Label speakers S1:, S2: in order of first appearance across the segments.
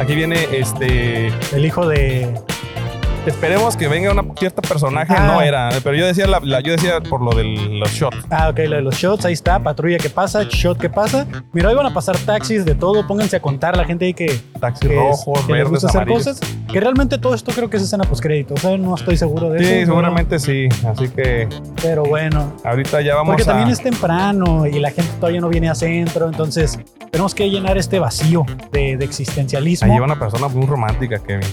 S1: aquí viene este.
S2: El hijo de.
S1: Esperemos que venga una cierta personaje,
S2: Ah.
S1: no era, pero yo decía la, la- yo decía por lo de los shots.
S2: Ah, ok, lo de los shots, ahí está, patrulla que pasa, shot que pasa. Mira, hoy van a pasar taxis de todo, pónganse a contar la gente ahí que,
S1: Taxis
S2: que,
S1: rojos,
S2: que les
S1: verdes,
S2: gusta hacer
S1: amarillos.
S2: cosas. Que realmente todo esto creo que es escena postcrédito, o sea, no estoy seguro de
S1: Sí,
S2: eso. pero-
S1: seguramente sí. Así que
S2: Pero bueno,
S1: ahorita ya vamos
S2: porque
S1: a.
S2: también es temprano y la gente todavía no viene a centro, entonces tenemos que llenar este vacío de, de existencialismo.
S1: Ahí va una persona muy romántica, Kevin.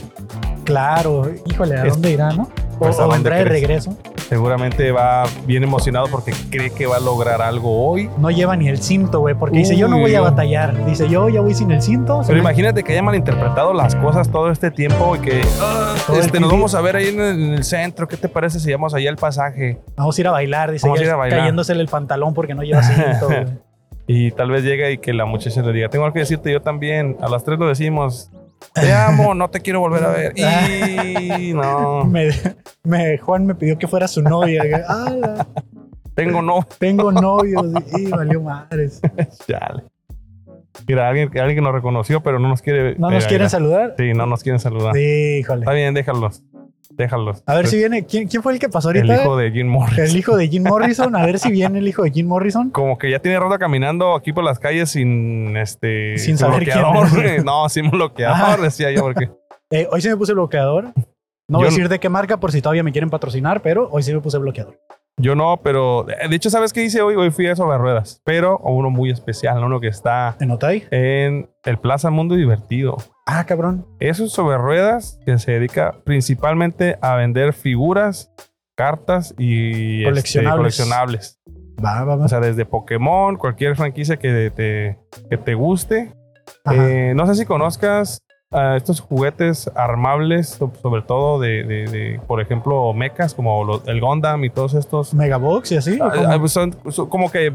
S2: Claro, híjole, ¿a
S1: Es-
S2: dónde irá, no? O,
S1: Pues, ¿a
S2: o
S1: dónde
S2: vendrá de
S1: crees?
S2: regreso.
S1: Seguramente va bien emocionado porque cree que va a lograr algo hoy.
S2: No lleva ni el cinto, güey, porque dice, yo no
S1: Uy,
S2: voy a
S1: no.
S2: batallar. Dice, yo ya voy sin el cinto. se
S1: Pero
S2: me-
S1: imagínate que haya malinterpretado las cosas todo este tiempo y que ah,
S2: Todo el
S1: este, nos
S2: tiempo.
S1: vamos a ver ahí en el, en el centro. ¿Qué te parece si vamos allá al pasaje?
S2: Vamos a ir a bailar, dice,
S1: Vamos
S2: ya
S1: a ir a bailar.
S2: cayéndosele el pantalón porque no lleva cinto, güey.
S1: Y tal vez llega y que la muchacha le diga, tengo algo que decirte yo también. A las tres lo decimos. Te amo, no te quiero volver a ver. Y no,
S2: Me- me- Juan me pidió que fuera su novia. güey. Ah,
S1: tengo no.
S2: tengo novios. Y valió madres.
S1: Chale. Mira, alguien, alguien que nos reconoció, pero no nos quiere.
S2: ¿No
S1: mira,
S2: nos quieren
S1: mira.
S2: saludar?
S1: Sí, no nos quieren saludar.
S2: Sí, híjole.
S1: Está bien, déjalos. Déjalos.
S2: A ver si viene. ¿Quién, quién fue el que pasó
S1: El
S2: ahorita? eh.
S1: hijo de Jim Morris.
S2: El hijo de Jim Morrison. A ver si viene el hijo de Jim Morrison.
S1: Como que ya tiene rato caminando aquí por las calles sin este.
S2: Sin saber quién
S1: bloqueador.
S2: es. Ah.
S1: No, sin bloqueador, decía yo, porque.
S2: Eh, hoy sí me puse bloqueador. No voy a
S1: Yo-
S2: decir de qué marca por si todavía me quieren patrocinar, pero hoy sí me puse bloqueador.
S1: Yo no, pero. eh, De hecho, ¿sabes qué hice hoy? Hoy fui a sobre ruedas, pero a uno muy especial, a uno que está
S2: ¿Te notáis?
S1: en el Plaza Mundo Divertido.
S2: Ah, cabrón.
S1: Es un sobre ruedas que se dedica principalmente a vender figuras, cartas y este,
S2: Coleccionables.
S1: coleccionables.
S2: Va, va, va.
S1: O sea, desde Pokémon, cualquier franquicia que te, que te guste.
S2: Ajá.
S1: Eh, no sé si conozcas ah, estos juguetes armables, so- sobre todo de, de- de, por ejemplo, mechas como lo- el Gundam y todos estos.
S2: Megabox y así. ¿o
S1: Ah,
S2: cómo?
S1: ah, pues son, son como que.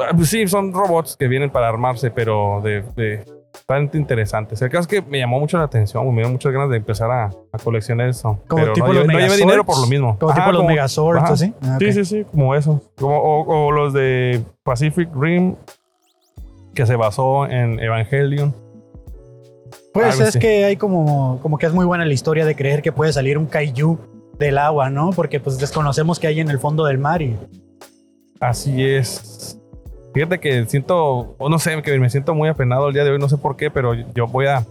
S1: ah, pues sí, son robots que vienen para armarse, pero de, de- bastante interesantes. El caso es que me llamó mucho la atención, me dio muchas ganas de empezar a, a coleccionar eso.
S2: Como
S1: pero
S2: tipo
S1: no,
S2: los
S1: llevé- no llevé
S2: Megazords,
S1: dinero por lo mismo.
S2: como
S1: Ajá,
S2: tipo los
S1: Ah, como-
S2: Megazords,
S1: ajá.
S2: así. Ah, ok.
S1: Sí, sí, sí, como eso. Como, o, o los de Pacific Rim, que se basó en Evangelion.
S2: Pues
S1: Algo
S2: es
S1: así.
S2: que hay como, como que es muy buena la historia de creer que puede salir un kaiju del agua, ¿no? Porque pues desconocemos que hay en el fondo del mar y
S1: Así es. Fíjate que siento, o no sé, que me siento muy apenado el día de hoy, no sé por qué, pero yo voy a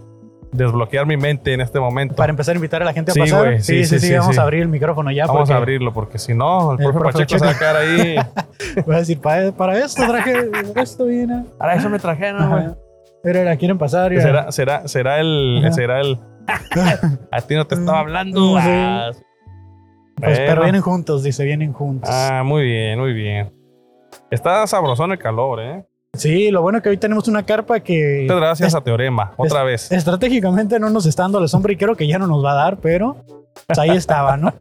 S1: desbloquear mi mente en este momento.
S2: para empezar a invitar a la gente a
S1: Sí,
S2: pasar.
S1: güey, sí,
S2: sí, sí, sí,
S1: sí, sí,
S2: vamos
S1: sí.
S2: a abrir el micrófono ya.
S1: Vamos
S2: porque
S1: a abrirlo, porque si no, el,
S2: El
S1: profe
S2: profe
S1: Pacheco se va a quedar ahí.
S2: Voy a decir, para, para esto traje, para esto Ah, viene.
S1: Ahora eso me trajeron,
S2: Ajá. Pero la quieren pasar. y-
S1: Será, será, será el,
S2: Ajá.
S1: será el. a ti no te estaba hablando.
S2: Sí.
S1: Ah,
S2: Pues, pero
S1: bueno.
S2: vienen juntos, dice, vienen juntos.
S1: Ah, muy bien, muy bien. Está sabrosón el calor, ¿eh?
S2: Sí, lo bueno que hoy tenemos una carpa que
S1: Muchas gracias a Teorema, otra vez.
S2: estratégicamente no nos está dando la sombra y creo que ya no nos va a dar, pero pues, ahí estaba, ¿no?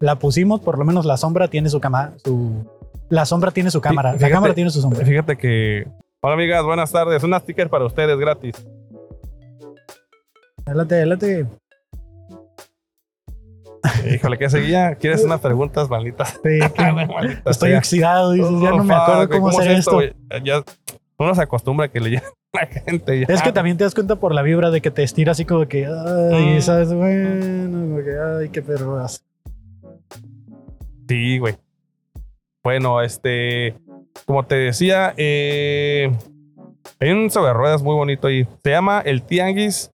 S2: La pusimos, por lo menos la sombra tiene su cámara, su la sombra tiene su cámara, la
S1: fíjate-
S2: cámara tiene su sombra.
S1: Fíjate que. Hola, amigas, buenas tardes. Una sticker para ustedes gratis.
S2: Adelante, adelante.
S1: Híjole, ¿qué seguía? ¿Quieres unas preguntas malditas?
S2: Sí, que
S1: Malditas,
S2: estoy
S1: Ah, ya.
S2: oxidado, dices, ya
S1: Oh,
S2: no me acuerdo
S1: fuck, güey,
S2: cómo hacer esto.
S1: güey? Ya, uno se acostumbra que le llaman a la gente. ya.
S2: Es que también te das cuenta por la vibra de que te estira así como que, ay,
S1: Mm.
S2: sabes, bueno, como que, ay, qué perras.
S1: Sí, güey. Bueno, este, como te decía, eh, hay un sobre ruedas muy bonito ahí. Se llama el Tianguis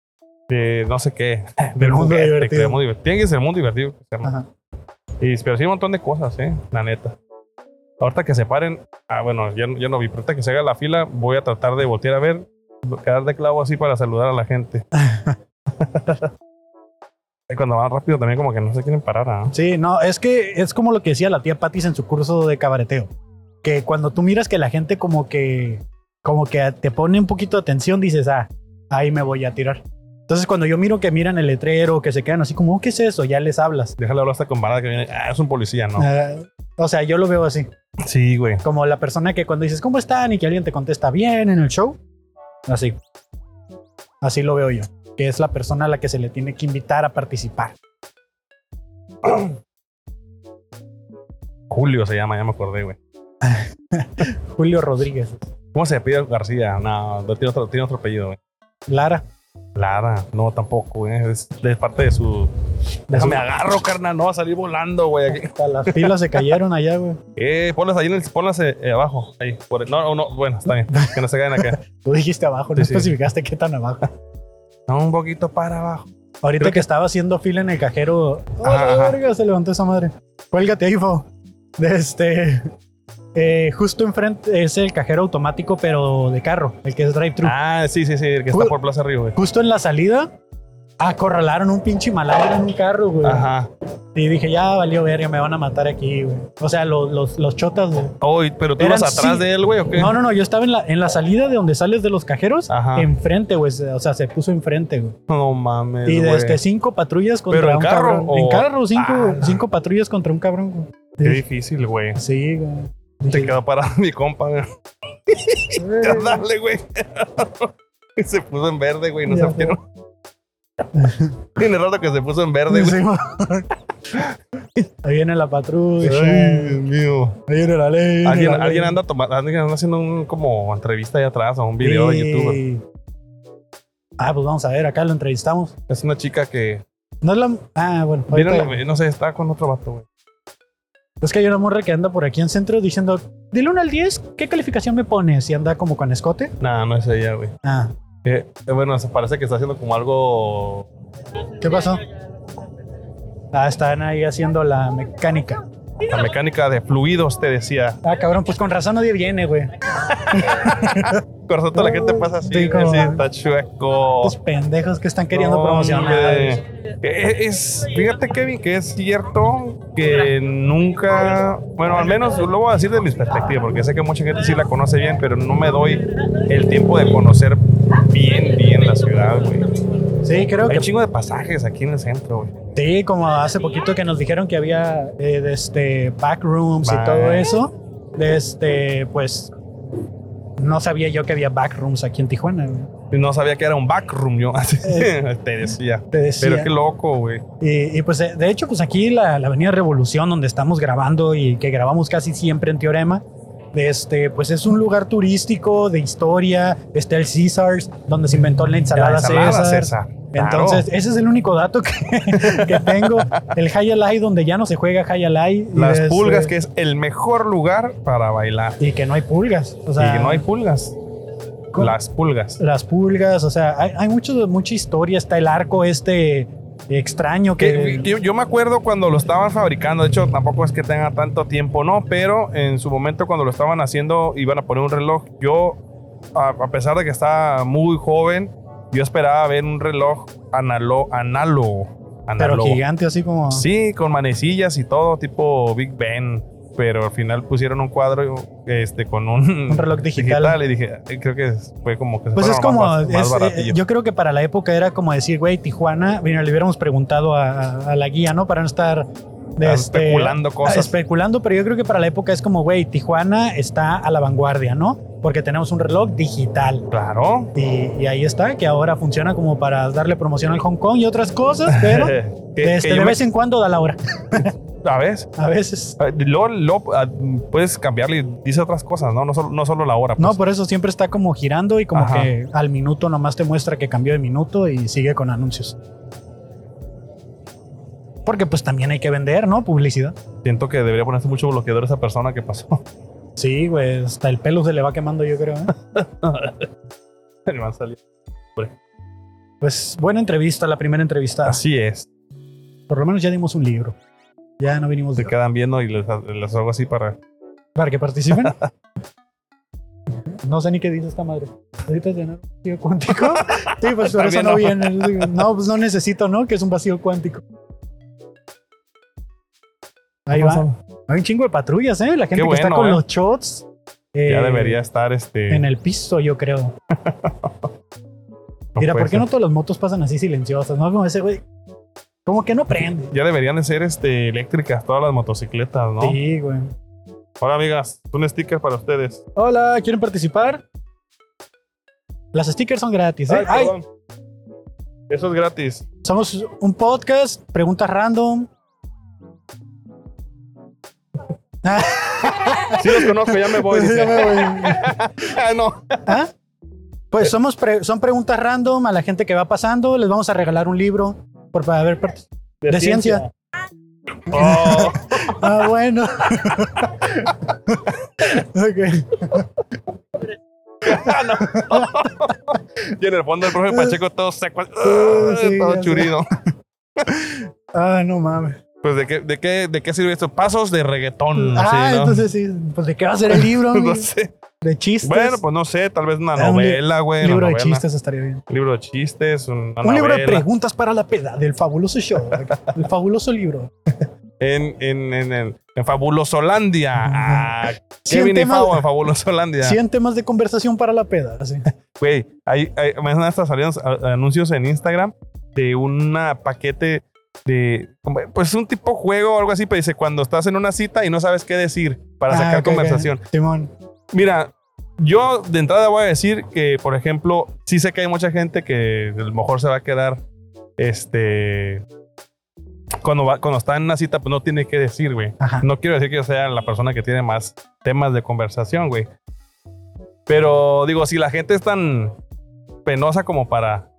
S1: de no sé qué.
S2: Del mundo
S1: juguete,
S2: divertido.
S1: del mundo divertido. Tianguis del mundo divertido. se llama.
S2: Ajá.
S1: Y, pero sí hay un montón de cosas, eh, la neta. Ahorita que se paren, ah, bueno, yo, yo no vi, pero ahorita que se haga la fila, voy a tratar de voltear a ver, quedar de clavo así para saludar a la gente. Y Cuando van rápido también como que no se quieren parar, ¿ah?
S2: Sí, no, es que es como lo que decía la tía Patis en su curso de cabareteo, que cuando tú miras que la gente como que como que te pone un poquito de atención, dices, ah, ahí me voy a tirar. Entonces cuando yo miro que miran el letrero, que se quedan así como, "Oh, ¿qué es eso? Ya les hablas.
S1: Déjale hablar hasta con Barada que viene. Ah, es un policía, ¿no?
S2: Eh, o sea, yo lo veo así,
S1: Sí, güey.
S2: como la persona que cuando dices, ¿cómo están? Y que alguien te contesta bien en el show. Así. Así lo veo yo, que es la persona a la que se le tiene que invitar a participar.
S1: Julio se llama, ya me acordé, güey.
S2: Julio Rodríguez,
S1: ¿Cómo se apellida García? No, no, tiene otro, tiene otro apellido, güey.
S2: Lara,
S1: Lara, no, tampoco, güey. Es, de parte de su.
S2: De
S1: Déjame
S2: su-
S1: agarro, carnal, no va a salir volando, güey. aquí.
S2: hasta las pilas se cayeron allá, güey.
S1: Eh, ponlas ahí, en el- ponlas eh, eh, abajo. Ahí. por el- no, no, bueno, está bien. Que no se caigan acá.
S2: Tú dijiste abajo, no
S1: Sí, sí.
S2: especificaste qué tan abajo.
S1: No, un poquito para abajo.
S2: Ahorita
S1: Creo
S2: que, estaba haciendo fila en el cajero, ¡oh, la
S1: Ajá, ajá.
S2: verga! Se levantó esa madre. Cuélgate ahí, Fo. De Este. eh, justo enfrente es el cajero automático, pero de carro, el que es drive-thru.
S1: Ah, sí, sí, sí, el que está
S2: Ju-
S1: por Plaza Río, güey.
S2: Justo en la salida, acorralaron un pinche malabar en un carro, güey.
S1: Ajá.
S2: Y dije, ya valió verga, me van a matar aquí, güey. O sea, los, los, los chotas, güey.
S1: Oh, y- pero tú
S2: Eran
S1: vas atrás
S2: sí-
S1: de él, güey, ¿o qué?
S2: No, no, no, yo estaba en la, en la salida de donde sales de los cajeros,
S1: Ajá.
S2: enfrente, güey. O sea, se puso enfrente, güey.
S1: No mames.
S2: Y
S1: güey.
S2: desde cinco patrullas contra
S1: ¿Pero en
S2: un
S1: carro
S2: cabrón.
S1: o-
S2: En carro, cinco,
S1: Ah, no.
S2: cinco patrullas contra un cabrón. güey.
S1: Qué difícil, güey.
S2: Sí, güey.
S1: Se
S2: Dije,
S1: quedó parado mi compa, güey. Ya Dale, güey. Y se puso en verde, güey. No
S2: Ya
S1: se
S2: sé.
S1: vieron. Tiene rato que se puso en verde, güey.
S2: Sí, güey. Ahí viene la patrulla.
S1: Ay, Dios mío.
S2: Ahí viene la ley. viene
S1: Alguien,
S2: la
S1: alguien
S2: ley.
S1: anda tomando, alguien anda haciendo un como entrevista ahí atrás a un video de YouTube.
S2: Sí. Ah, pues vamos a ver, acá lo entrevistamos.
S1: Es una chica que
S2: No es la. Ah, bueno. ahorita-
S1: vieron, no sé, está con otro vato, güey.
S2: Es que hay una morra que anda por aquí en centro diciendo: del 1 al 10, ¿qué calificación me pones? Y anda como con escote.
S1: Nah, no es ella, güey.
S2: Ah,
S1: Eh, eh, bueno, se parece que está haciendo como algo.
S2: ¿qué pasó? Ah, están ahí haciendo la mecánica.
S1: La mecánica de fluidos, te decía.
S2: Ah, cabrón, pues con razón nadie viene, güey.
S1: Por eso toda la gente pasa así, güey,
S2: Sí, Ah, como-
S1: así, está chueco.
S2: Los pendejos que están queriendo
S1: Oh. No,
S2: promocionar.
S1: hombre. Eh, Es, fíjate, Kevin, que es cierto que nunca, bueno, al menos lo voy a decir de mis perspectivas, porque sé que mucha gente sí la conoce bien, pero no me doy el tiempo de conocer bien, bien la ciudad, güey.
S2: Sí, creo
S1: Hay
S2: que
S1: un chingo de pasajes aquí en el centro, güey.
S2: sí, como hace poquito que nos dijeron que había eh, de este backrooms y
S1: Back.
S2: todo eso. De este, pues no sabía yo que había backrooms aquí en Tijuana. güey.
S1: No sabía que era un backroom, yo así
S2: Eh.
S1: te decía.
S2: Te decía.
S1: Pero qué loco, güey.
S2: y, y, pues de, de hecho, pues aquí la, la Avenida Revolución, donde estamos grabando y que grabamos casi siempre en Teorema, de este, pues es un lugar turístico de historia. Está el Caesars, donde se inventó la ensalada,
S1: La ensalada
S2: César.
S1: César, claro.
S2: Entonces, ese es el único dato que, que tengo. El Hayalai, donde ya no se juega Hayalai. eh,
S1: las pulgas, que es el mejor lugar para bailar.
S2: Y que no hay pulgas. O sea,
S1: y que no hay pulgas.
S2: ¿cómo?
S1: Las pulgas.
S2: Las pulgas, o sea, hay, hay mucho, mucha historia. Está el arco este extraño
S1: Que,
S2: que...
S1: que yo, yo me acuerdo cuando lo estaban fabricando, de hecho tampoco es que tenga tanto tiempo, no, pero en su momento cuando lo estaban haciendo iban a poner un reloj. Yo, a, a pesar de que estaba muy joven, yo esperaba ver un reloj analo- análogo.
S2: pero
S1: análogo.
S2: gigante, así como...
S1: Sí, con manecillas y todo, tipo Big Ben. Pero al final pusieron un cuadro este, con un,
S2: Un reloj digital.
S1: y dije, eh, creo que fue como que se
S2: Pues es
S1: fueron
S2: como,
S1: más, más
S2: es, eh,
S1: baratillo.
S2: yo creo que para la época era como decir, güey, Tijuana, mira, le hubiéramos preguntado a, a- a la guía, ¿no? Para no estar
S1: Ah,
S2: este,
S1: especulando cosas.
S2: ah, Especulando, pero yo creo que para la época es como, güey, Tijuana está a la vanguardia, ¿no? Porque tenemos un reloj digital.
S1: Claro.
S2: Y, y ahí está, que ahora funciona como para darle promoción al Hong Kong y otras cosas, pero
S1: Que- que
S2: este,
S1: yo
S2: de
S1: me-
S2: vez en cuando da la hora.
S1: A veces.
S2: A veces.
S1: Ah, Luego, luego, ah, puedes cambiarle y dice otras cosas, ¿no? No solo, no solo la hora.
S2: No,
S1: pues.
S2: por eso siempre está como girando y como
S1: Ajá.
S2: que al minuto nomás te muestra que cambió de minuto y sigue con anuncios. Porque pues también hay que vender, ¿no? Publicidad.
S1: Siento que debería ponerse mucho bloqueador esa persona que pasó.
S2: Sí, güey, hasta el pelo se le va quemando, yo creo. ¿eh?
S1: Le van a salir.
S2: pues buena entrevista, la primera entrevista.
S1: Así es.
S2: Por lo menos ya dimos un libro. Ya no vinimos
S1: Se
S2: de
S1: quedan viendo y les, les hago así para.
S2: para que participen. no sé ni qué dice esta madre. ¿Necesitas llenar un vacío cuántico? Sí, pues por eso
S1: También
S2: no
S1: no.
S2: viene. No, pues no necesito, ¿no? Que es un vacío cuántico. Ahí va. Hay un chingo de patrullas, ¿eh? La gente
S1: Qué
S2: que está
S1: bueno,
S2: con
S1: ¿eh?
S2: los shots.
S1: Ya
S2: eh,
S1: debería estar este.
S2: En el piso, yo creo.
S1: no puede
S2: Mira, ¿por qué
S1: ser.
S2: no todas las motos pasan así silenciosas? No, como ese güey. Como que no prende.
S1: Ya deberían de ser este, eléctricas todas las motocicletas, ¿no?
S2: Sí, güey.
S1: Hola, amigas. Un sticker para ustedes.
S2: Hola, ¿quieren participar? Las stickers son gratis, ¿eh?
S1: Ay,
S2: Ay,
S1: perdón. Eso es gratis.
S2: Somos un podcast, preguntas random.
S1: Sí los conozco, ya me voy. dice.
S2: ¿Ah?
S1: Ah, no.
S2: Pues somos pre- son preguntas random a la gente que va pasando. Les vamos a regalar un libro por para ver partes. De ciencia.
S1: Oh,
S2: Ah, bueno. Ok.
S1: y en el fondo el profe Pacheco todo seco,
S2: sí,
S1: todo
S2: ya sé.
S1: churido.
S2: Ah, no mames.
S1: Pues de qué, de qué, de qué sirve esto? Pasos de reggaetón. así,
S2: ah,
S1: Mm, ¿no?
S2: entonces sí. Pues de qué va a ser el libro,
S1: No
S2: amigo?
S1: sé.
S2: De chistes.
S1: Bueno, pues no sé, tal vez una
S2: Ah, un li-
S1: novela, güey.
S2: un
S1: una
S2: libro de
S1: novela.
S2: chistes estaría bien.
S1: Un libro de chistes, una
S2: un libro de
S1: novela.
S2: preguntas para la peda del fabuloso show. El fabuloso libro.
S1: en, en, en, el- en Fabulosolandia. Ah,
S2: Cien
S1: Kevin y
S2: temas-
S1: Fabo en Fabulosolandia.
S2: 100 temas de conversación para la peda. así.
S1: Güey, hay, hay, me han hasta salido a- anuncios en Instagram de un paquete de. como, Pues un tipo juego o algo así, pero dice cuando estás en una cita y no sabes qué decir para
S2: Ah,
S1: sacar
S2: ok, ok.
S1: conversación.
S2: Simón.
S1: Mira, yo de entrada voy a decir que, por ejemplo, sí sé que hay mucha gente que a lo mejor se va a quedar. Este. Cuando, va, cuando está en una cita, pues no tiene que decir, güey.
S2: Ajá.
S1: No quiero decir que yo sea la persona que tiene más temas de conversación, güey. Pero digo, si la gente es tan penosa como para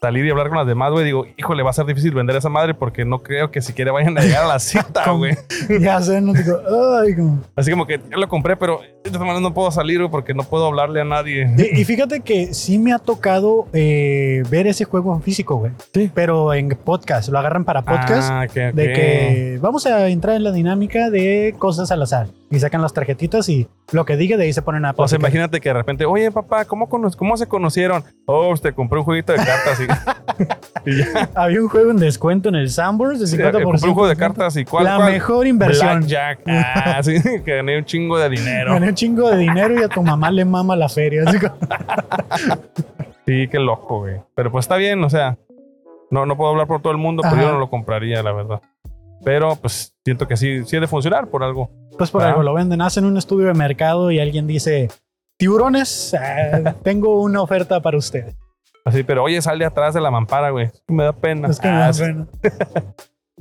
S1: salir y hablar con las demás, güey, digo, híjole, va a ser difícil vender esa madre porque no creo que siquiera vayan a llegar a la cita,
S2: Con-
S1: güey.
S2: Ya sé, no digo. Ay, como-
S1: Así como que yo lo compré, pero de todas maneras no puedo salir, güey, porque no puedo hablarle a nadie.
S2: Y, y fíjate que sí me ha tocado eh, ver ese juego en físico, güey.
S1: Sí.
S2: Pero en podcast, lo agarran para podcast.
S1: Ah, que- que-
S2: De que vamos a entrar en la dinámica de cosas al azar. Y sacan las tarjetitas y lo que diga de ahí se ponen a
S1: O sea,
S2: platicar.
S1: imagínate que de repente, oye, papá, ¿cómo, cono- cómo se conocieron? Oh, te compré un jueguito de cartas y, y ya.
S2: Había un juego en descuento en el Sambors de 50%.
S1: Eh, compré un juego de cartas y cuál,
S2: la
S1: cuál?
S2: mejor inversión.
S1: Blackjack. Ah, sí, que gané un chingo de dinero.
S2: Gané un chingo de dinero y a tu mamá le mama la feria. así como-
S1: Sí, qué loco, güey. Pero pues está bien, o sea, no, no puedo hablar por todo el mundo, pero
S2: Ajá.
S1: yo no lo compraría, la verdad. Pero pues siento que sí, sí ha de funcionar por algo.
S2: Pues por
S1: Ah.
S2: algo lo venden. Hacen un estudio de mercado y alguien dice: Tiburones, ah, tengo una oferta para ustedes.
S1: Así, pero oye, sal de atrás de la mampara, güey. Me da pena.
S2: Es que
S1: Ah,
S2: no,
S1: sí,
S2: bueno.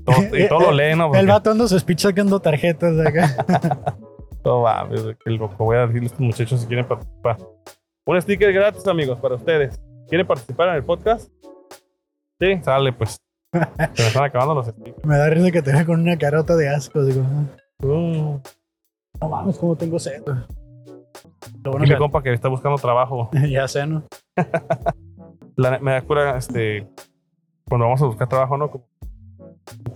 S1: todo- y todo lo leen, ¿no?
S2: El
S1: Porque-
S2: vato anda su speech sacando tarjetas de acá.
S1: No mames, güey, qué loco. Voy a decirles a estos muchachos si quieren participar. Un sticker gratis, amigos, para ustedes. ¿Quieren participar en el podcast? Sí, sale, pues. Se me están acabando los stickers.
S2: Me da risa que te vea con una carota de asco. Digo, "Ah,
S1: Uh,
S2: no mames, cómo tengo sed. güey". Lo
S1: y
S2: bueno
S1: mi
S2: que-
S1: compa que está buscando trabajo.
S2: ya sé, ¿no?
S1: La ne- me da cura, este, cuando vamos a buscar trabajo, ¿no? Como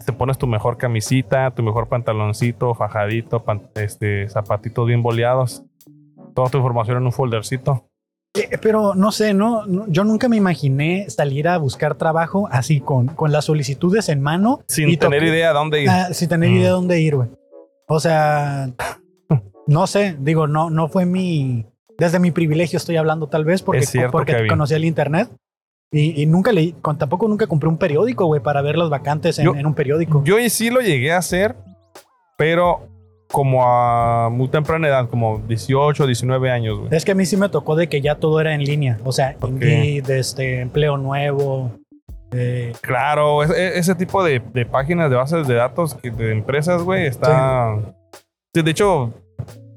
S1: te pones tu mejor camisita, tu mejor pantaloncito, fajadito, pan- este, zapatitos bien boleados. Toda tu información en un foldercito.
S2: Eh, Pero no sé, no, no, yo nunca me imaginé salir a buscar trabajo así con, con las solicitudes en mano.
S1: Sin
S2: y
S1: tener
S2: toque-
S1: idea de dónde ir.
S2: Ah, sin tener
S1: Mm.
S2: idea de dónde ir, güey. O sea, no sé, digo, no, no fue mi. Desde mi privilegio estoy hablando, tal vez, porque,
S1: Es cierto,
S2: porque
S1: Kevin.
S2: conocí el internet. Y, y nunca leí, con, tampoco nunca compré un periódico, güey, para ver las vacantes en,
S1: Yo-
S2: en un periódico.
S1: Yo y sí lo llegué a hacer, pero como a muy temprana edad, como 18, 19 años, güey.
S2: es que a mí sí me tocó de que ya todo era en línea. O sea,
S1: Ok.
S2: Indeed, este, empleo nuevo. eh,
S1: Claro, es- e- ese tipo de, de páginas de bases de datos que- de empresas, güey, está... Sí, De hecho,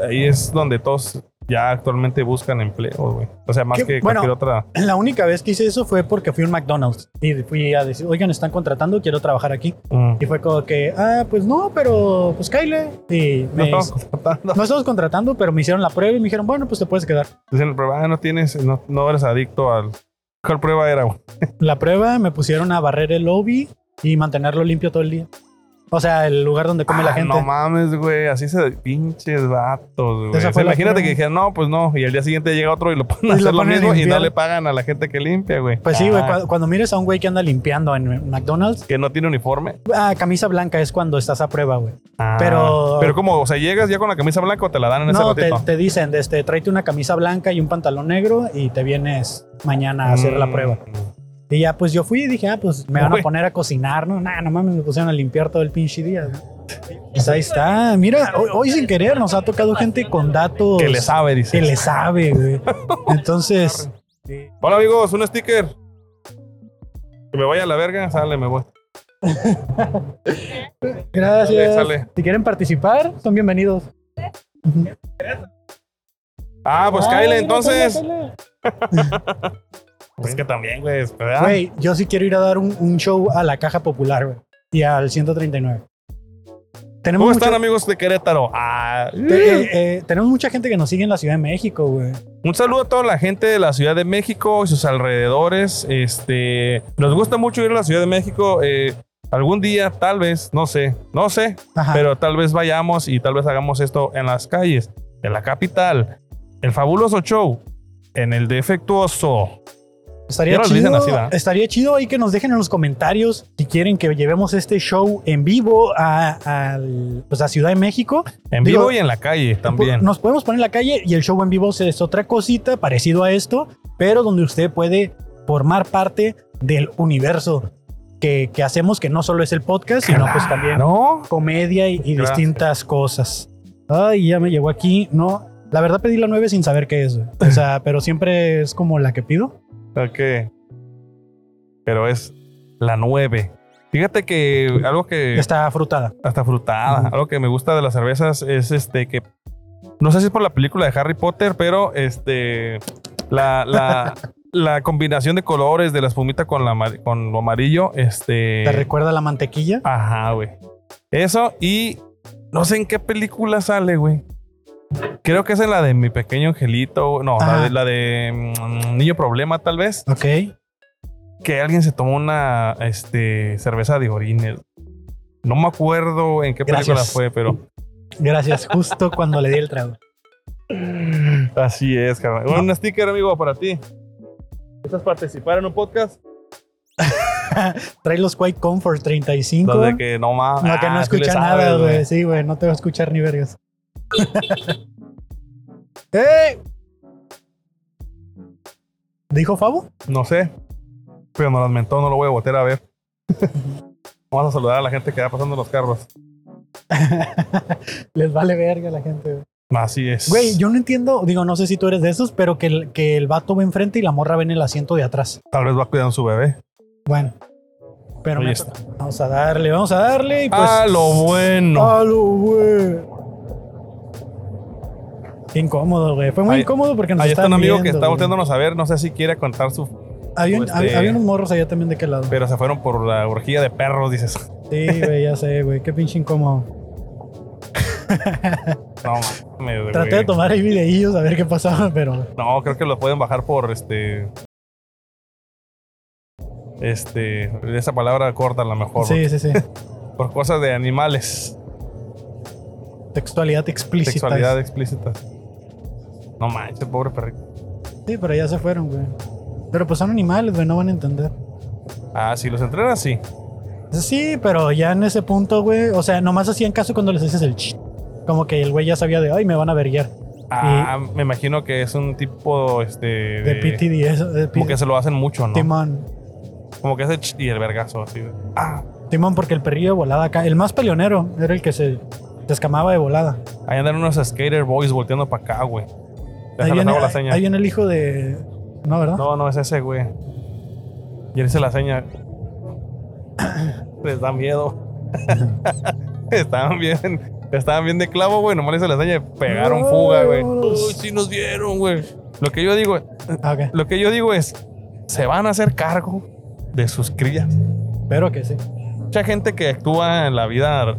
S1: ahí es donde todos ya actualmente buscan empleo, güey. O sea, más
S2: Qué-
S1: que
S2: bueno.
S1: cualquier otra...
S2: La única vez que hice eso fue porque fui a un McDonald's y fui a decir, oigan, están contratando, quiero trabajar aquí.
S1: Mm.
S2: Y fue como que, ah, pues no, pero pues Kyle. Y
S1: No
S2: me,
S1: estamos contratando.
S2: no estamos contratando, pero me hicieron la prueba y me dijeron, bueno, pues te puedes quedar.
S1: Dicen, "Pero, ah, no tienes, no, no eres adicto al... ¿Cuál prueba era, güey?
S2: La prueba me pusieron a barrer el lobby y mantenerlo limpio todo el día. O sea, el lugar donde come la
S1: Ah,
S2: gente.
S1: No mames, güey. Así se pinches vatos, güey.
S2: Esa
S1: O
S2: fue
S1: sea,
S2: la
S1: imagínate
S2: prueba.
S1: que dijeron, no, pues no. Y al día siguiente llega otro y lo ponen a
S2: Y lo
S1: hacer lo
S2: ponen a
S1: mismo y no
S2: limpiar.
S1: le pagan a la gente que limpia, güey.
S2: Pues sí, güey,
S1: Ah,
S2: cua- cuando, mires a un güey que anda limpiando en McDonald's,
S1: Que no tiene uniforme.
S2: ah, camisa blanca es cuando estás a prueba, güey.
S1: Ah,
S2: Pero-
S1: Pero como, o sea, llegas ya con la camisa blanca o te la dan en ese
S2: No, te,
S1: ratito.
S2: te dicen, de este, tráete una camisa blanca y un pantalón negro y te vienes mañana a hacer la
S1: Mm.
S2: prueba. Y ya, pues yo fui y dije, ah, pues me van
S1: Güey.
S2: a poner a cocinar, ¿no? Nah, no mames, me pusieron a limpiar todo el pinche día. Pues ahí está. Mira, hoy, hoy sin querer nos ha tocado gente con datos
S1: Que le sabe, dice.
S2: que le sabe, güey. Entonces,
S1: Hola, amigos, un sticker. Que me vaya a la verga, sale, me voy.
S2: gracias.
S1: Sale, sale.
S2: Si quieren participar, son bienvenidos. Ujú.
S1: Ah, pues
S3: Ay,
S1: cáele
S3: no,
S1: entonces.
S3: cáele, cáele.
S1: Es que también, güey, es- ¿verdad?
S2: Güey, yo sí quiero ir a dar un, un show a la Caja Popular, güey. Y al 139. Tenemos
S1: ¿Cómo están,
S2: mucha-
S1: amigos de Querétaro? Ah,
S2: te- eh, eh, tenemos mucha gente que nos sigue en la Ciudad de México, güey.
S1: Un saludo a toda la gente de la Ciudad de México y sus alrededores. Este, nos gusta mucho ir a la Ciudad de México. eh, algún día, tal vez, no sé, no sé,
S2: Ajá.
S1: pero tal vez vayamos y tal vez hagamos esto en las calles, en la capital, el fabuloso show, en el defectuoso.
S2: Estaría
S1: Ya nos dicen
S2: chido,
S1: así, ¿verdad?
S2: estaría chido ahí que nos dejen en los comentarios si quieren que llevemos este show en vivo a, al- pues a Ciudad de México.
S1: En
S2: Digo,
S1: vivo y en la calle también.
S2: Nos podemos poner en la calle y el show en vivo es otra cosita parecido a esto, pero donde usted puede formar parte del universo que, que hacemos, que no solo es el podcast, sino pues también
S1: ¿No?
S2: comedia y, y
S1: Gracias.
S2: distintas cosas. Ay, ya me llegó aquí. No, la verdad pedí la 9 sin saber qué es. güey. O sea, pero siempre es como la que pido.
S1: Ok. Pero es la 9. Fíjate que algo que...
S2: Está frutada.
S1: hasta frutada.
S2: Ujú.
S1: Algo que me gusta de las cervezas es este que no sé si es por la película de Harry Potter, pero este la, la, la combinación de colores de la espumita con, la, amar- con lo amarillo, este
S2: ¿Te recuerda la mantequilla?
S1: ajá, güey. Eso y no sé en qué película sale, güey. Creo que es en la de mi pequeño angelito, no, la
S2: Ajá.
S1: de, la de mm, Niño Problema tal vez,
S2: Ok.
S1: que alguien se tomó una este, cerveza de orines. No me acuerdo en qué película
S2: Gracias.
S1: fue, pero
S2: Gracias. Justo cuando le di el trago.
S1: Así es, carnal.
S2: No.
S1: Un sticker, amigo, para ti. ¿Estás participar en un podcast?
S2: Trae los White Comfort 35.
S1: Donde que Ah, no más.
S2: No, que no escucha nada, güey. Sí, güey. No te va a escuchar ni vergas. ¡Eh! ¿Dijo Fabo?
S1: No sé. Pero no las mentó, no lo voy a botar a ver. Vamos a saludar a la gente que va pasando en los carros.
S2: Les vale verga a la gente, güey.
S1: Así es.
S2: Güey, yo no entiendo. Digo, no sé si tú eres de esos, pero que el, que el vato va enfrente y la morra ve en el asiento de atrás.
S1: Tal vez va cuidando su bebé.
S2: Bueno. Pero
S1: Ahí
S2: me-
S1: está.
S2: vamos a darle, vamos a darle y pues. ah,
S1: a Ah, lo bueno.
S2: Halo, güey. Qué incómodo, güey. Fue muy
S1: Ahí-
S2: incómodo porque nos
S1: Ahí está un amigo que
S2: viendo,
S1: está
S2: güey.
S1: volteándonos a ver. No sé si quiere contar su.
S2: Había, un-
S1: Este-
S2: había- había unos morros allá también de qué lado.
S1: Pero se fueron por la orgía de perros, dices.
S2: Sí, güey, ya sé, güey. Qué pinche
S1: Pues
S2: incómodo.
S1: No, mames, güey.
S2: Traté de tomar ahí videillos a ver qué pasaba, pero.
S1: No, creo que lo pueden bajar por este. Este. Esa palabra corta a lo mejor.
S2: Sí, sí, sí.
S1: Por, por cosas de animales.
S2: Textualidad explícita.
S1: Sexualidad explícita. No manches, pobre perrito.
S2: Sí, pero ya se fueron, güey. Pero pues son animales, güey, no van a entender. Pues,
S1: Ah, si los entrenas, sí.
S2: Sí, pero ya en ese punto, güey. O sea, nomás hacían caso cuando les haces el ch. Como que el güey ya sabía de, ay, me van a verguiar.
S1: Ah, me imagino que es un tipo este.
S2: De PTD, eso. De
S1: Como que se lo hacen mucho, ¿no?
S2: Timón.
S1: Como que es el ch- y el vergazo así. de- Ah,
S2: Timón, porque el perrillo de volada acá, el más peleonero, era el que se descamaba de volada.
S1: ahí andan unos skater boys volteando para acá, güey.
S2: Ahí
S1: Déjales,
S2: viene,
S1: hago la
S2: ahí-
S1: seña.
S2: ahí viene el hijo de. No, ¿verdad?
S1: No, no es ese, güey. Y él hice la seña. Les da miedo. estaban bien. Estaban bien de clavo, güey. Nomás le hice la seña. Pegaron
S2: No,
S1: fuga, güey.
S2: vámonos.
S1: Uy, sí nos vieron, güey. Lo que yo digo,
S2: Ah, ok.
S1: lo que yo digo es, se van a hacer cargo de sus crías.
S2: Pero que sí.
S1: Mucha gente que actúa en la vida,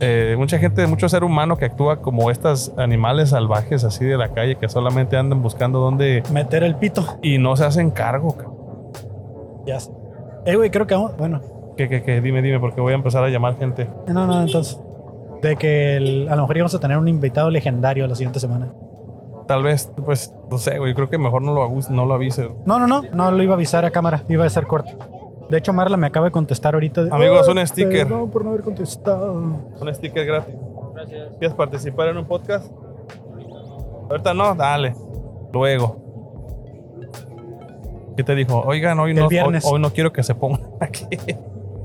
S1: eh, mucha gente, mucho ser humano que actúa como estos animales salvajes así de la calle que solamente andan buscando dónde
S2: Meter el pito.
S1: y no se hacen cargo, cabrón.
S2: Ya sé. Eh, güey, creo que. vamos- Bueno,
S1: ¿Qué, qué, qué? Dime, dime, porque voy a empezar a llamar gente.
S2: no, no, entonces. De que el- a lo mejor íbamos a tener un invitado legendario la siguiente semana.
S1: Tal vez, pues, no sé, güey. Creo que mejor no lo, agus- no lo avise.
S2: No, no, no, no lo iba a avisar a cámara, iba a ser corto. De hecho, Marla me acaba de contestar ahorita. de,
S1: Amigos, un
S2: "Ay,
S1: sticker".
S2: perdón por no haber contestado.
S1: Un sticker gratis. Gracias. ¿Quieres participar en un podcast? Ahorita no, dale. Luego. ¿Qué te dijo? Oigan, hoy
S2: El
S1: no, hoy,
S2: viernes.
S1: hoy no quiero que se pongan aquí.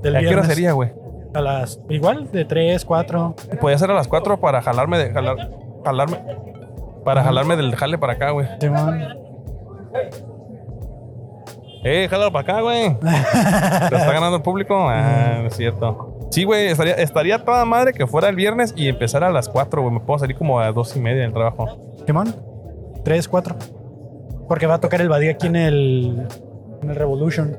S2: Del
S1: ¿A qué hora
S2: viernes
S1: sería, güey?
S2: A las. Igual, de 3, 4.
S1: Podía ser a las 4 para jalarme de. Jalar, jalarme. Para jalarme del jale para acá, güey. ¡Eh, jálalo para acá, güey! ¿Te está ganando el público? Ah,
S2: Mm.
S1: no es cierto. Sí, güey, estaría, estaría toda madre que fuera el viernes y empezara a las 4, güey. Me puedo salir como a las 2 y media del trabajo.
S2: Timón, Tres, cuatro. Porque va a tocar el Badía aquí en el, en el Revolution.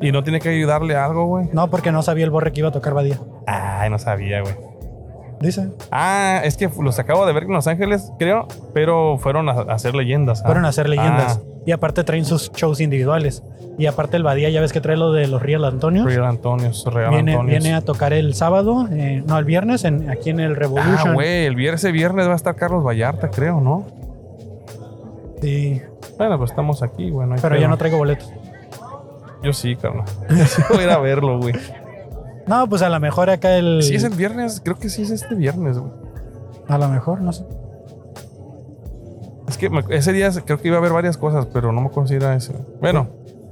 S1: Y no tiene que ayudarle a algo, güey.
S2: No, porque no sabía el borre que iba a tocar Badía.
S1: Ay, no sabía, güey.
S2: Dice.
S1: Ah, es que los acabo de ver en Los Ángeles, creo, pero fueron a a hacer leyendas. ah.
S2: Fueron a hacer leyendas.
S1: Ah.
S2: Y aparte traen sus shows individuales. Y aparte el Badía, ya ves que trae lo de los Real Antonio.
S1: Real Antonios, Real
S2: Viene,
S1: Antonios.
S2: viene a tocar el sábado, eh, no, el viernes, en, aquí en el
S1: ah,
S2: Revolution.
S1: güey, el viernes, ese viernes va a estar Carlos Vallarta, creo, ¿no?
S2: Sí,
S1: Bueno, pues estamos aquí, güey. no hay
S2: pero
S1: pedo.
S2: yo no traigo boletos.
S1: Yo sí, carnal. Yo sí voy a ir a verlo, güey.
S2: No, pues a lo mejor acá el.
S1: Sí, es el viernes, creo que sí es este viernes, güey.
S2: A lo mejor, no sé.
S1: Es que me- ese día creo que iba a haber varias cosas, pero no me considera eso. Bueno,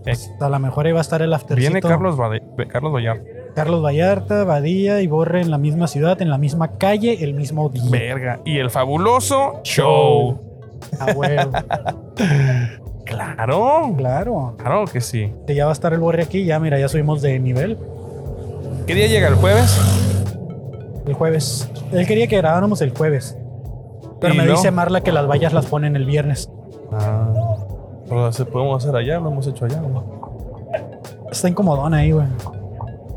S1: eh,
S2: A lo mejor ahí va a estar el aftercito.
S1: viene Carlos, Vade- de- Carlos Vallarta.
S2: Carlos Vallarta, Badía y Borre en la misma ciudad, en la misma calle, el mismo día.
S1: Verga. Y el fabuloso show.
S2: A huevo.
S1: Claro.
S2: claro.
S1: Claro que sí.
S2: Que ya va a estar el Borre aquí, ya mira, ya subimos de nivel.
S1: ¿Qué día llega? ¿El jueves?
S2: El jueves. Él quería que grabáramos el jueves. Pero
S1: Y
S2: me
S1: no.
S2: dice Marla que las vallas las ponen el viernes.
S1: Ah. Pero se podemos hacer allá, lo hemos hecho allá, ¿no?
S2: Está incomodón ahí, güey.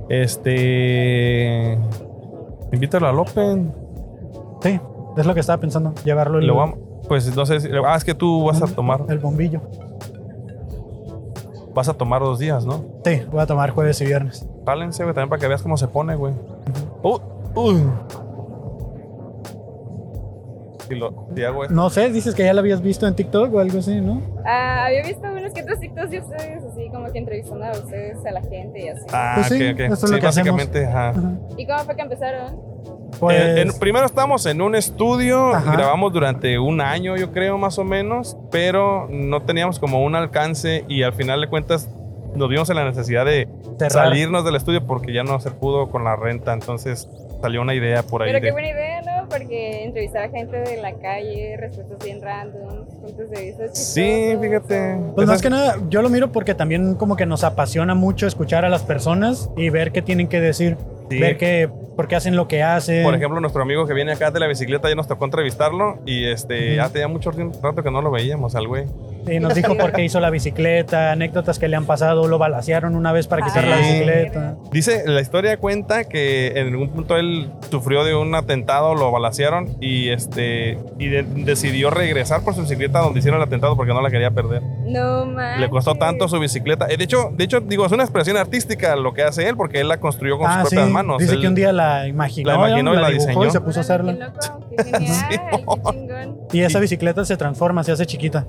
S1: Este. Invítalo al Open.
S2: Sí, es lo que estaba pensando. Llevarlo el,
S1: Lo vamos. Pues no sé si. Ah, es que tú vas a tomar.
S2: el bombillo.
S1: Vas a tomar dos días, ¿no?
S2: Sí, voy a tomar jueves y viernes.
S1: Pálense, güey, también para que veas cómo se pone, güey. Uh, uh. Si lo, si hago esto.
S2: No sé, dices que ya lo habías visto en TikTok o algo así, ¿no?
S3: Ah, había visto unos que otros TikToks de ustedes, así como que entrevistando a ustedes, a la gente y así.
S1: Ah,
S2: Pues sí,
S1: ok, ok.
S2: eso es lo
S1: Sí,
S2: que
S1: básicamente, ajá.
S2: Ajá.
S3: ¿Y cómo fue que empezaron?
S2: Pues,
S1: Eh, en- primero estamos en un estudio,
S2: Ajá.
S1: grabamos durante un año, yo creo, más o menos, pero no teníamos como un alcance y al final de cuentas nos vimos en la necesidad de
S2: cerrar.
S1: salirnos del estudio porque ya no se pudo con la renta, entonces salió una idea por ahí.
S3: Pero
S1: de-
S3: qué buena idea, ¿no? Porque entrevistar a gente de la calle, respuestas bien random, puntos de vista.
S1: Sí,
S3: chistosos,
S1: fíjate.
S3: o-
S2: Pues más
S1: Esas-
S2: que nada, yo lo miro porque también como que nos apasiona mucho escuchar a las personas y ver qué tienen que decir,
S1: Sí.
S2: ver qué, por qué hacen lo que hacen.
S1: Por ejemplo, nuestro amigo que viene acá de la bicicleta ya nos tocó entrevistarlo y este
S2: Ujú.
S1: ya tenía mucho rato que no lo veíamos al güey.
S2: Y nos dijo por qué hizo la bicicleta, anécdotas que le han pasado, lo balacearon una vez
S3: Ah,
S2: para quitar la
S1: Sí.
S2: bicicleta.
S1: Dice, la historia cuenta que en algún punto él sufrió de un atentado, lo balacearon y este y de- decidió regresar por su bicicleta donde hicieron el atentado porque no la quería perder.
S3: No manches.
S1: Le costó tanto su bicicleta. Eh, De hecho, de hecho digo, es una expresión artística lo que hace él porque él la construyó con
S2: Ah,
S1: sus
S2: sí.
S1: propias manos.
S2: Dice
S1: Él-
S2: que un día la imaginó,
S1: la imaginó y la
S2: dibujó
S1: diseñó.
S2: y se puso a
S3: Qué
S2: hacerla.
S3: loco, qué genial, qué chingón.
S2: Y esa bicicleta se transforma, se hace chiquita.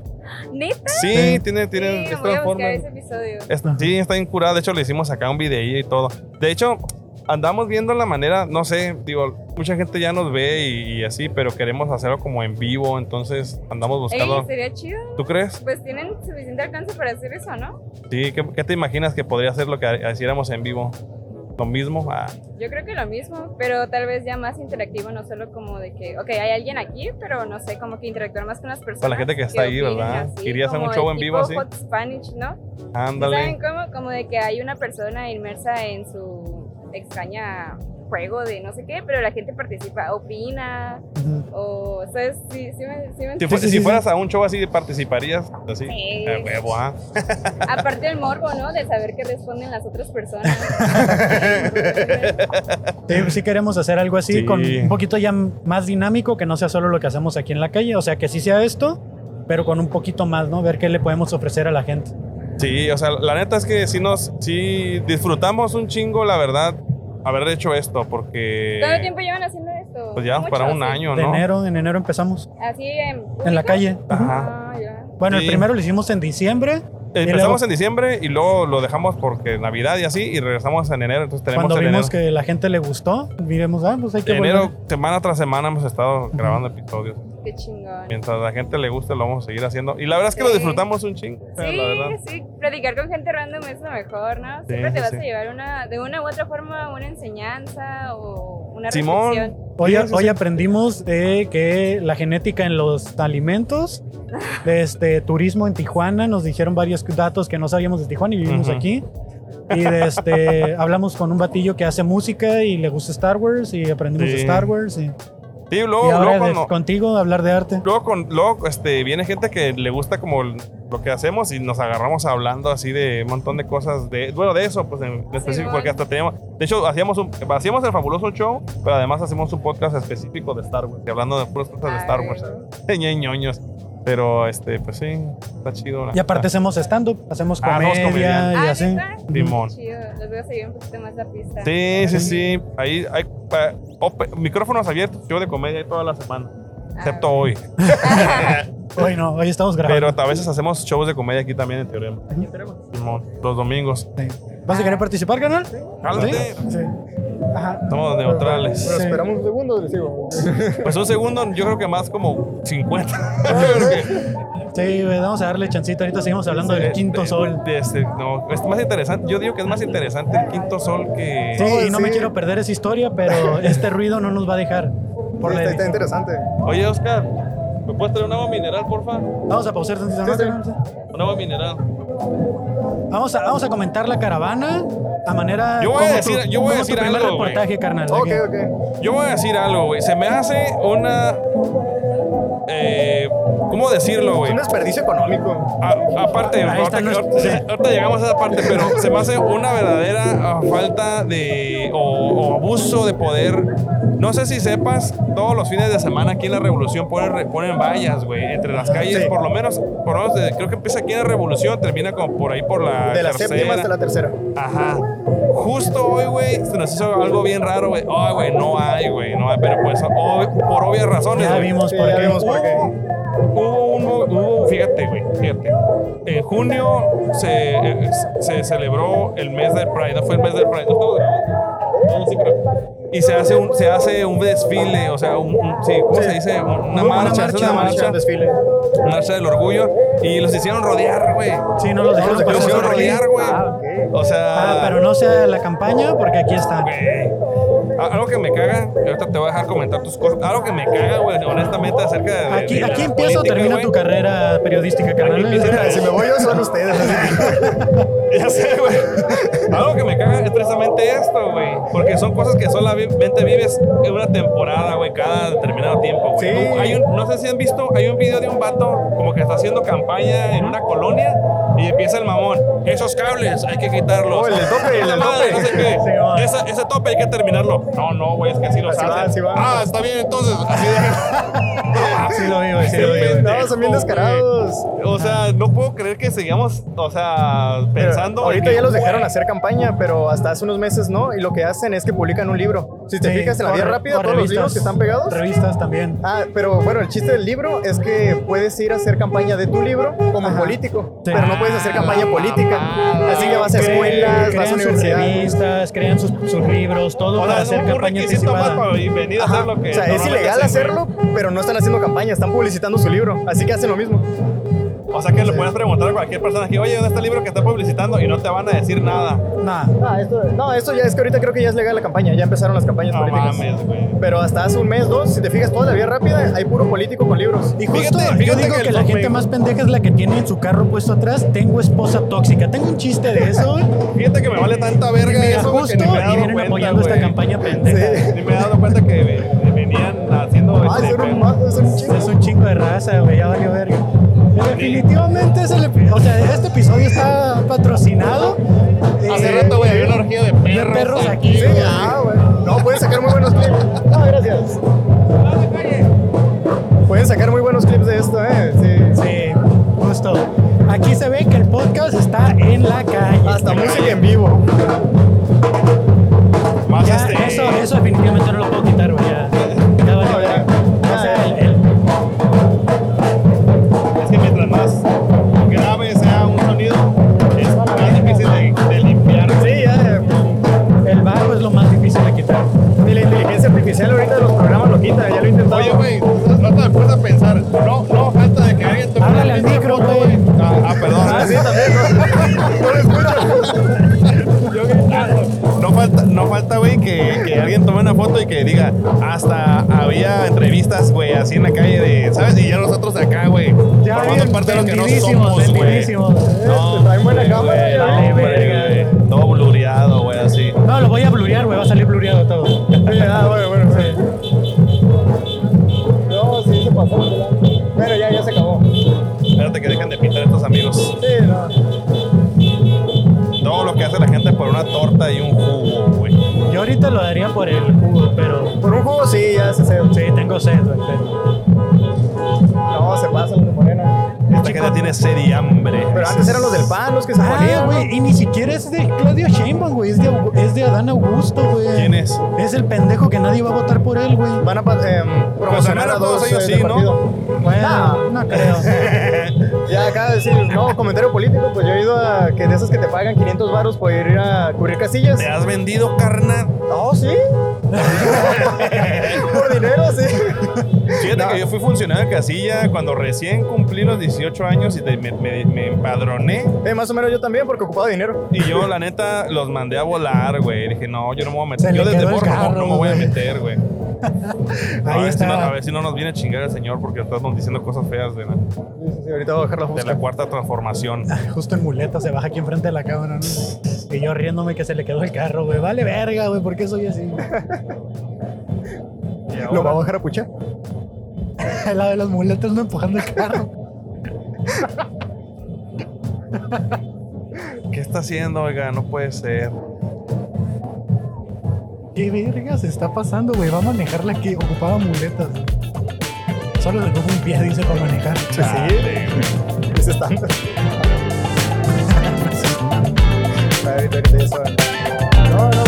S3: Neta,
S1: Sí,
S2: Sí.
S1: tiene tiene
S3: sí,
S1: es
S3: voy a buscar
S1: transforma-
S3: ese episodio.
S1: Es-
S2: Ajá.
S1: sí, está incurada. De hecho, le hicimos acá un video y todo. De hecho, andamos viendo la manera, no sé, digo, mucha gente ya nos ve y, y así, pero queremos hacerlo como en vivo, entonces andamos buscando.
S3: Ey, sería chido.
S1: ¿Tú crees?
S3: Pues tienen suficiente alcance para hacer eso, ¿no?
S1: Sí, ¿qué, qué te imaginas que podría ser lo que ha- hiciéramos en vivo? Lo mismo. Ah,
S3: Yo creo que lo mismo, pero tal vez ya más interactivo, no solo como de que, ok, hay alguien aquí, pero no sé, como que interactuar más con las personas.
S1: gente que está ahí,
S3: opinen
S1: ¿verdad?
S3: así,
S1: Querías hacer un
S3: como
S1: show
S3: el
S1: en vivo
S3: tipo
S1: así.
S3: Hot Spanish, ¿no? ¿Saben
S1: ándale.
S3: cómo? Como de que hay una persona inmersa en su extraña juego de no sé qué, pero la gente participa, opina,
S2: Ujú.
S3: o, ¿sabes? Sí, sí, me, sí, me
S1: Si, fue-
S2: Sí, sí,
S1: si
S2: sí,
S1: fueras a un show así, ¿participarías? Así.
S3: Sí.
S1: A huevo, ah.
S3: Aparte el morbo, ¿no? De saber qué responden las otras personas.
S2: Sí, sí queremos hacer algo así,
S1: Sí.
S2: con un poquito ya m- más dinámico, que no sea solo lo que hacemos aquí en la calle. O sea, que sí sea esto, pero con un poquito más, ¿no? Ver qué le podemos ofrecer a la gente.
S1: Sí, o sea, la neta es que sí nos, sí disfrutamos un chingo, la verdad, haber hecho esto, porque.
S3: ¿Cuánto tiempo llevan haciendo esto?
S1: Pues llevamos
S3: Mucho,
S1: para un
S3: sí.
S1: año,
S2: De
S1: ¿no?
S2: enero, en enero empezamos.
S3: Así em, en,
S2: En la calle.
S1: Ajá.
S3: Ah, ya.
S2: Bueno,
S1: Sí.
S2: el primero lo hicimos en diciembre.
S1: Empezamos
S2: luego-
S1: en diciembre y luego lo dejamos porque Navidad y así y regresamos en enero. Entonces tenemos
S2: Cuando
S1: en
S2: vimos
S1: enero.
S2: que la gente le gustó, miremos, ah, pues hay que
S1: enero,
S2: volver.
S1: semana tras semana hemos estado grabando episodios.
S3: Qué chingón.
S1: Mientras a la gente le guste, lo vamos a seguir haciendo. Y la verdad es que lo
S3: Sí.
S1: disfrutamos un chingo. o sea,
S3: Sí,
S1: la verdad.
S3: sí, platicar con gente random es lo mejor, ¿no?
S1: Sí,
S3: Siempre
S1: sí,
S3: te vas
S1: sí.
S3: a llevar una, de una u otra forma una enseñanza o una
S1: Simón.
S3: reflexión.
S2: Hoy,
S1: Sí, sí,
S2: hoy
S1: sí.
S2: aprendimos de que la genética en los alimentos, de este turismo en Tijuana, nos dijeron varios datos que no sabíamos de Tijuana y vivimos
S1: Ujú.
S2: aquí. Y de este, hablamos con un batillo que hace música y le gusta Star Wars y aprendimos de
S1: Sí.
S2: Star Wars. Y,
S1: Sí,
S2: y
S1: luego,
S2: ahora
S1: luego
S2: de-
S1: cuando-
S2: contigo hablar de arte.
S1: Luego, con, luego este, viene gente que le gusta como el- lo que hacemos y nos agarramos hablando así de un montón de cosas. De, bueno, de eso, pues en específico,
S3: Simón.
S1: porque hasta teníamos. De hecho, hacíamos, un, hacíamos el fabuloso show, pero además hacemos un podcast específico de Star Wars, y hablando de puras cosas de Star
S3: Ay,
S1: Wars. Ñe, ñoños. Pero, este, pues sí, está chido. la
S2: Y aparte
S1: neta.
S2: hacemos stand-up, hacemos
S1: Ah, somos
S2: comedia
S1: comediantes.
S2: y
S3: Ah,
S2: así.
S3: ¿neta?
S1: Simón.
S3: Chido, los voy a seguir un poquito más la pista.
S1: Sí, sí, sí. Ahí hay pa- op- micrófonos abiertos, show de comedia ahí toda la semana,
S3: Ah,
S1: excepto hoy.
S2: Hoy no, hoy estamos
S1: Pero
S2: grabando.
S1: a veces hacemos shows de comedia aquí también en Teorema. Simón, los domingos.
S2: ¿Vas a querer participar, canal?
S1: Jálate.
S2: Sí. Ajá.
S1: Estamos neutrales.
S4: Pero
S2: Sí.
S4: esperamos un segundo, les digo.
S1: Pues un segundo, yo creo que más como 50. Porque-
S2: Sí, güey, vamos a darle chancito. Ahorita seguimos hablando del quinto
S1: de-
S2: sol.
S1: de este, no, es más interesante. Yo digo que es más interesante el quinto sol que.
S2: Sí, y no me
S4: sí.
S2: quiero perder esa historia, pero este ruido no nos va a dejar. Por la
S1: Este,
S4: está, está
S2: edición.
S4: interesante.
S1: Oye, Oscar, ¿me puedes traer un agua mineral, porfa?
S2: Vamos a pausar tantito más,
S4: Sí, sí.
S2: canal.
S1: Un agua mineral.
S2: Vamos a, vamos a comentar la caravana a manera.
S1: Yo voy a
S2: como
S1: decir- yo voy a
S2: como
S1: decir
S2: tu primer
S1: algo, güey.
S2: reportaje, carnal.
S4: Ok,
S2: aquí.
S4: ok.
S1: Yo voy a decir algo, güey. Se me hace una. eh, ¿Cómo decirlo,
S4: Es
S1: güey?
S4: un desperdicio económico.
S1: A- Aparte,
S2: Ahí
S1: ahorita,
S2: están los-
S1: ahorita-
S2: sí.
S1: ahorita llegamos a esa parte, pero se me hace una verdadera ah, falta de o, o abuso de poder. No sé si sepas, todos los fines de semana aquí en la Revolución ponen, re- ponen vallas, güey, entre las calles,
S4: Sí.
S1: por lo menos, por lo menos desde- creo que empieza aquí en la Revolución, termina como por ahí por la
S4: De la
S1: tercera.
S4: séptima hasta la tercera.
S1: Ajá. Justo hoy, güey, se nos hizo algo bien raro, güey. Ay, güey, no hay, güey, no hay, pero pues hoy, por obvias razones,
S2: Ya
S1: güey.
S2: vimos
S4: Sí,
S2: por
S4: ya
S2: qué.
S4: vimos por qué.
S1: Hubo un, mo- hubo- fíjate, güey, fíjate. En junio se, eh, se celebró el mes del Pride, no fue el mes del Pride, no estamos grabando? No, no, sí, creo. Y se hace un, se hace un desfile, o sea, un, un- sí, ¿cómo se dice? Una, marcha, se hace una marcha,
S4: un desfile.
S1: marcha del orgullo. Y los hicieron rodear, güey.
S2: Sí, no Ah, los dejamos
S4: No
S1: Los
S2: pasar.
S1: hicieron
S4: dejaron
S2: por aquí.
S1: rodear, güey.
S4: Ah, ok.
S1: O sea.
S2: Ah, pero no sea la campaña, porque aquí está.
S1: Güey. A- Ah, Algo que me caga, y ahorita te voy a dejar comentar tus cosas. Algo que me caga, güey, honestamente, acerca de. de-
S2: Aquí,
S1: de la
S2: aquí empieza o
S1: política,
S2: termina
S1: güey.
S2: tu carrera periodística,
S1: empieza-
S2: carnal.
S4: Si me voy yo, son ustedes.
S1: Ya sé, güey. Algo que me caga es precisamente esto, güey. Porque son cosas que solamente vives en una temporada, güey, cada determinado tiempo, güey.
S4: Sí.
S1: No, hay un- no sé si han visto, hay un video de un vato como que está haciendo campaña en una colonia y empieza el mamón. Esos cables hay que quitarlos.
S4: Oh, el del tope, el
S1: Esa
S4: del
S1: madre,
S4: tope.
S1: no sé qué.
S2: Sí, va.
S1: Esa- ese tope hay que terminarlo. No, no, güey, es que así lo
S4: Así va,
S1: hacen.
S4: así va.
S1: Ah, está bien, entonces. Así de...
S2: Sí lo vi, güey, sí pues, lo vi.
S1: Pendejo,
S4: No, son bien
S1: güey.
S4: descarados.
S1: O sea, no puedo creer que sigamos, o sea,
S4: Pero
S1: pensando. en
S4: ahorita
S1: que,
S4: ya los dejaron
S1: güey,
S4: hacer campaña, pero hasta hace unos meses no. Y lo que hacen es que publican un libro. Si te
S2: Sí,
S4: fijas en la
S2: o
S4: vía
S2: re-
S4: rápida,
S2: o
S4: todos los libros
S2: revistas.
S4: que están pegados.
S2: Revistas también.
S4: Ah, pero bueno, el chiste del libro es que puedes ir a hacer campaña de tu libro como
S2: Ajá.
S4: político,
S2: Sí.
S4: pero no puedes hacer campaña
S1: Ah,
S4: política.
S1: mamada.
S4: Así que vas a
S1: Cre-
S4: escuelas, vas a
S2: crean sus
S4: universidades.
S2: revistas, crean sus, sus libros, todo
S1: O
S2: para
S1: sea,
S2: hacer
S1: no un
S2: campaña
S1: requisito más
S2: anticipada.
S1: para venir a
S4: Ajá.
S1: hacer lo que.
S4: o sea, es
S1: normalmente
S4: ilegal
S1: hacen, güey.
S4: hacerlo, pero no están haciendo campaña, están publicitando su libro. Así que hacen lo mismo.
S1: O sea, que le puedes preguntar a cualquier persona que, oye, ¿dónde está el libro que está publicitando? Y no te van a decir nada.
S2: Nah.
S4: Ah, esto, no, esto ya es que ahorita creo que ya es legal la campaña, ya empezaron las campañas
S1: No
S4: políticas.
S1: mames, güey.
S4: Pero hasta hace un mes, dos, si te fijas, toda la vía rápida hay puro político con libros.
S2: Y justo,
S1: Fíjate-
S2: yo
S1: fíjate
S2: digo
S1: que
S2: que,
S1: el
S2: la
S1: domingo-
S2: gente más pendeja es la que tiene en su carro puesto atrás, tengo esposa tóxica. Tengo un chiste de eso, güey.
S1: Fíjate que me vale tanta verga
S2: Mira,
S1: eso, güey, que
S2: justo,
S1: ni me he
S2: y
S1: dado
S2: vienen
S1: cuenta,
S2: apoyando esta
S1: güey.
S2: campaña pendeja.
S1: Ni me he dado cuenta que eh, venían haciendo.
S4: Ah,
S1: este
S4: son
S1: pedo.
S4: un, ma- son un chingo.
S2: Es un chingo de raza, güey, ya valió verga. Definitivamente es el epi- O sea, este episodio está patrocinado.
S1: Hace
S2: eh,
S1: rato, güey, había una orgía de
S2: De
S1: perros.
S2: perros
S1: aquí.
S2: aquí.
S4: Sí,
S2: güey.
S4: ah, bueno. No, pueden sacar muy buenos clips. No, gracias. Pueden sacar muy buenos clips de esto, eh. Sí.
S2: Sí, justo. Aquí se ve que el podcast está en la calle.
S4: Hasta música en vivo.
S1: Más
S2: Ya,
S1: este.
S2: eso, eso definitivamente no lo puedo quitar, güey. Ya, ya valió
S4: No, ya.
S2: verga. O sea,
S4: Ya,
S2: el- el-
S1: Es que mientras más grave sea un sonido, es más difícil de, de limpiar.
S4: Sí, ya.
S2: El bajo es lo más difícil de quitar.
S4: Ni la inteligencia artificial ahorita de los programas lo quita, ya lo he intentado.
S1: Oye, güey, no te puedes pensar. No, no falta de que alguien te
S2: Háblale al micro, güey.
S1: Ah, ah, perdón.
S4: Ah, sí, también, ¿no? No lo escucho.
S1: Yo gritando. No falta, no falta, güey, que, que alguien tome una foto y que diga, hasta había entrevistas, güey, así en la calle de, ¿sabes? Y ya nosotros acá, güey,
S2: Ya
S1: formando
S2: bien,
S1: parte de los que no
S2: vendidísimos,
S1: somos, güey.
S2: vendidísimos.
S4: Este, traen buena
S1: güey,
S4: cámara,
S1: güey,
S4: ya.
S1: no, hombre, güey. Todo blureado, güey, así.
S2: No, lo voy a blurear, güey. Va a salir blureado todo.
S4: Sí, ah, bueno, bueno, sí.
S2: te lo daría por el jugo, pero
S4: Por un jugo, sí, ya se se.
S2: sí, tengo sed, güey, pero-
S4: No, se pasa los de Morena.
S1: Esta gente tiene sed y hambre.
S4: Pero antes eran los del pan los que se
S2: Ah,
S4: ponían, güey.
S2: güey, y ni siquiera es de Claudio Sheinbaum, güey, es de, Au- es de Adán Augusto, güey.
S1: ¿Quién es?
S2: Es el pendejo que nadie va a votar por él, güey.
S4: Van a pa- em, promocionar a
S1: menos
S4: dos
S1: todos ellos
S4: eh,
S1: sí,
S4: del
S1: ¿no?
S4: partido.
S2: Bueno, Ah, no creo.
S4: Ya acaba de decir, no, comentario político, pues yo he ido a que de esas que te pagan 500 varos por ir a cubrir casillas.
S1: ¿Te has vendido, carnal?
S4: No, sí. por dinero, sí.
S1: Fíjate
S4: No.
S1: que yo fui funcionario de casilla cuando recién cumplí los 18 años y te- me, me- me empadroné.
S4: Eh, más o menos yo también, porque ocupaba dinero.
S1: Y yo, la neta, los mandé a volar, güey. Dije, no, yo no me voy a meter.
S2: Se le
S1: Yo desde
S2: quedó el
S1: morro no- no,
S2: carro,
S1: me voy a
S2: güey.
S1: meter, güey. A,
S2: Ahí
S1: ver si no- a
S2: está.
S1: ver si no nos viene a chingar el señor porque estamos diciendo cosas feas de la, de
S4: Sí, sí, sí, ahorita voy a bajar la
S1: la
S4: fusca.
S1: cuarta transformación.
S2: Justo en muleta se baja aquí enfrente de la cámara, ¿no? Y yo riéndome que se le quedó el carro, güey. Vale verga, güey, ¿por qué soy así?
S4: ¿Lo va a bajar a puchar?
S2: la de las muletas no empujando el carro.
S1: ¿Qué está haciendo, oiga? No puede ser.
S2: ¿Qué verga se está pasando, güey? Va a manejar la que ocupaba muletas. güey. Solo le cojo un pie, dice, para manejar.
S1: Dale, güey.
S4: Ese está. Ahorita, ahorita ya se va. No, pues no,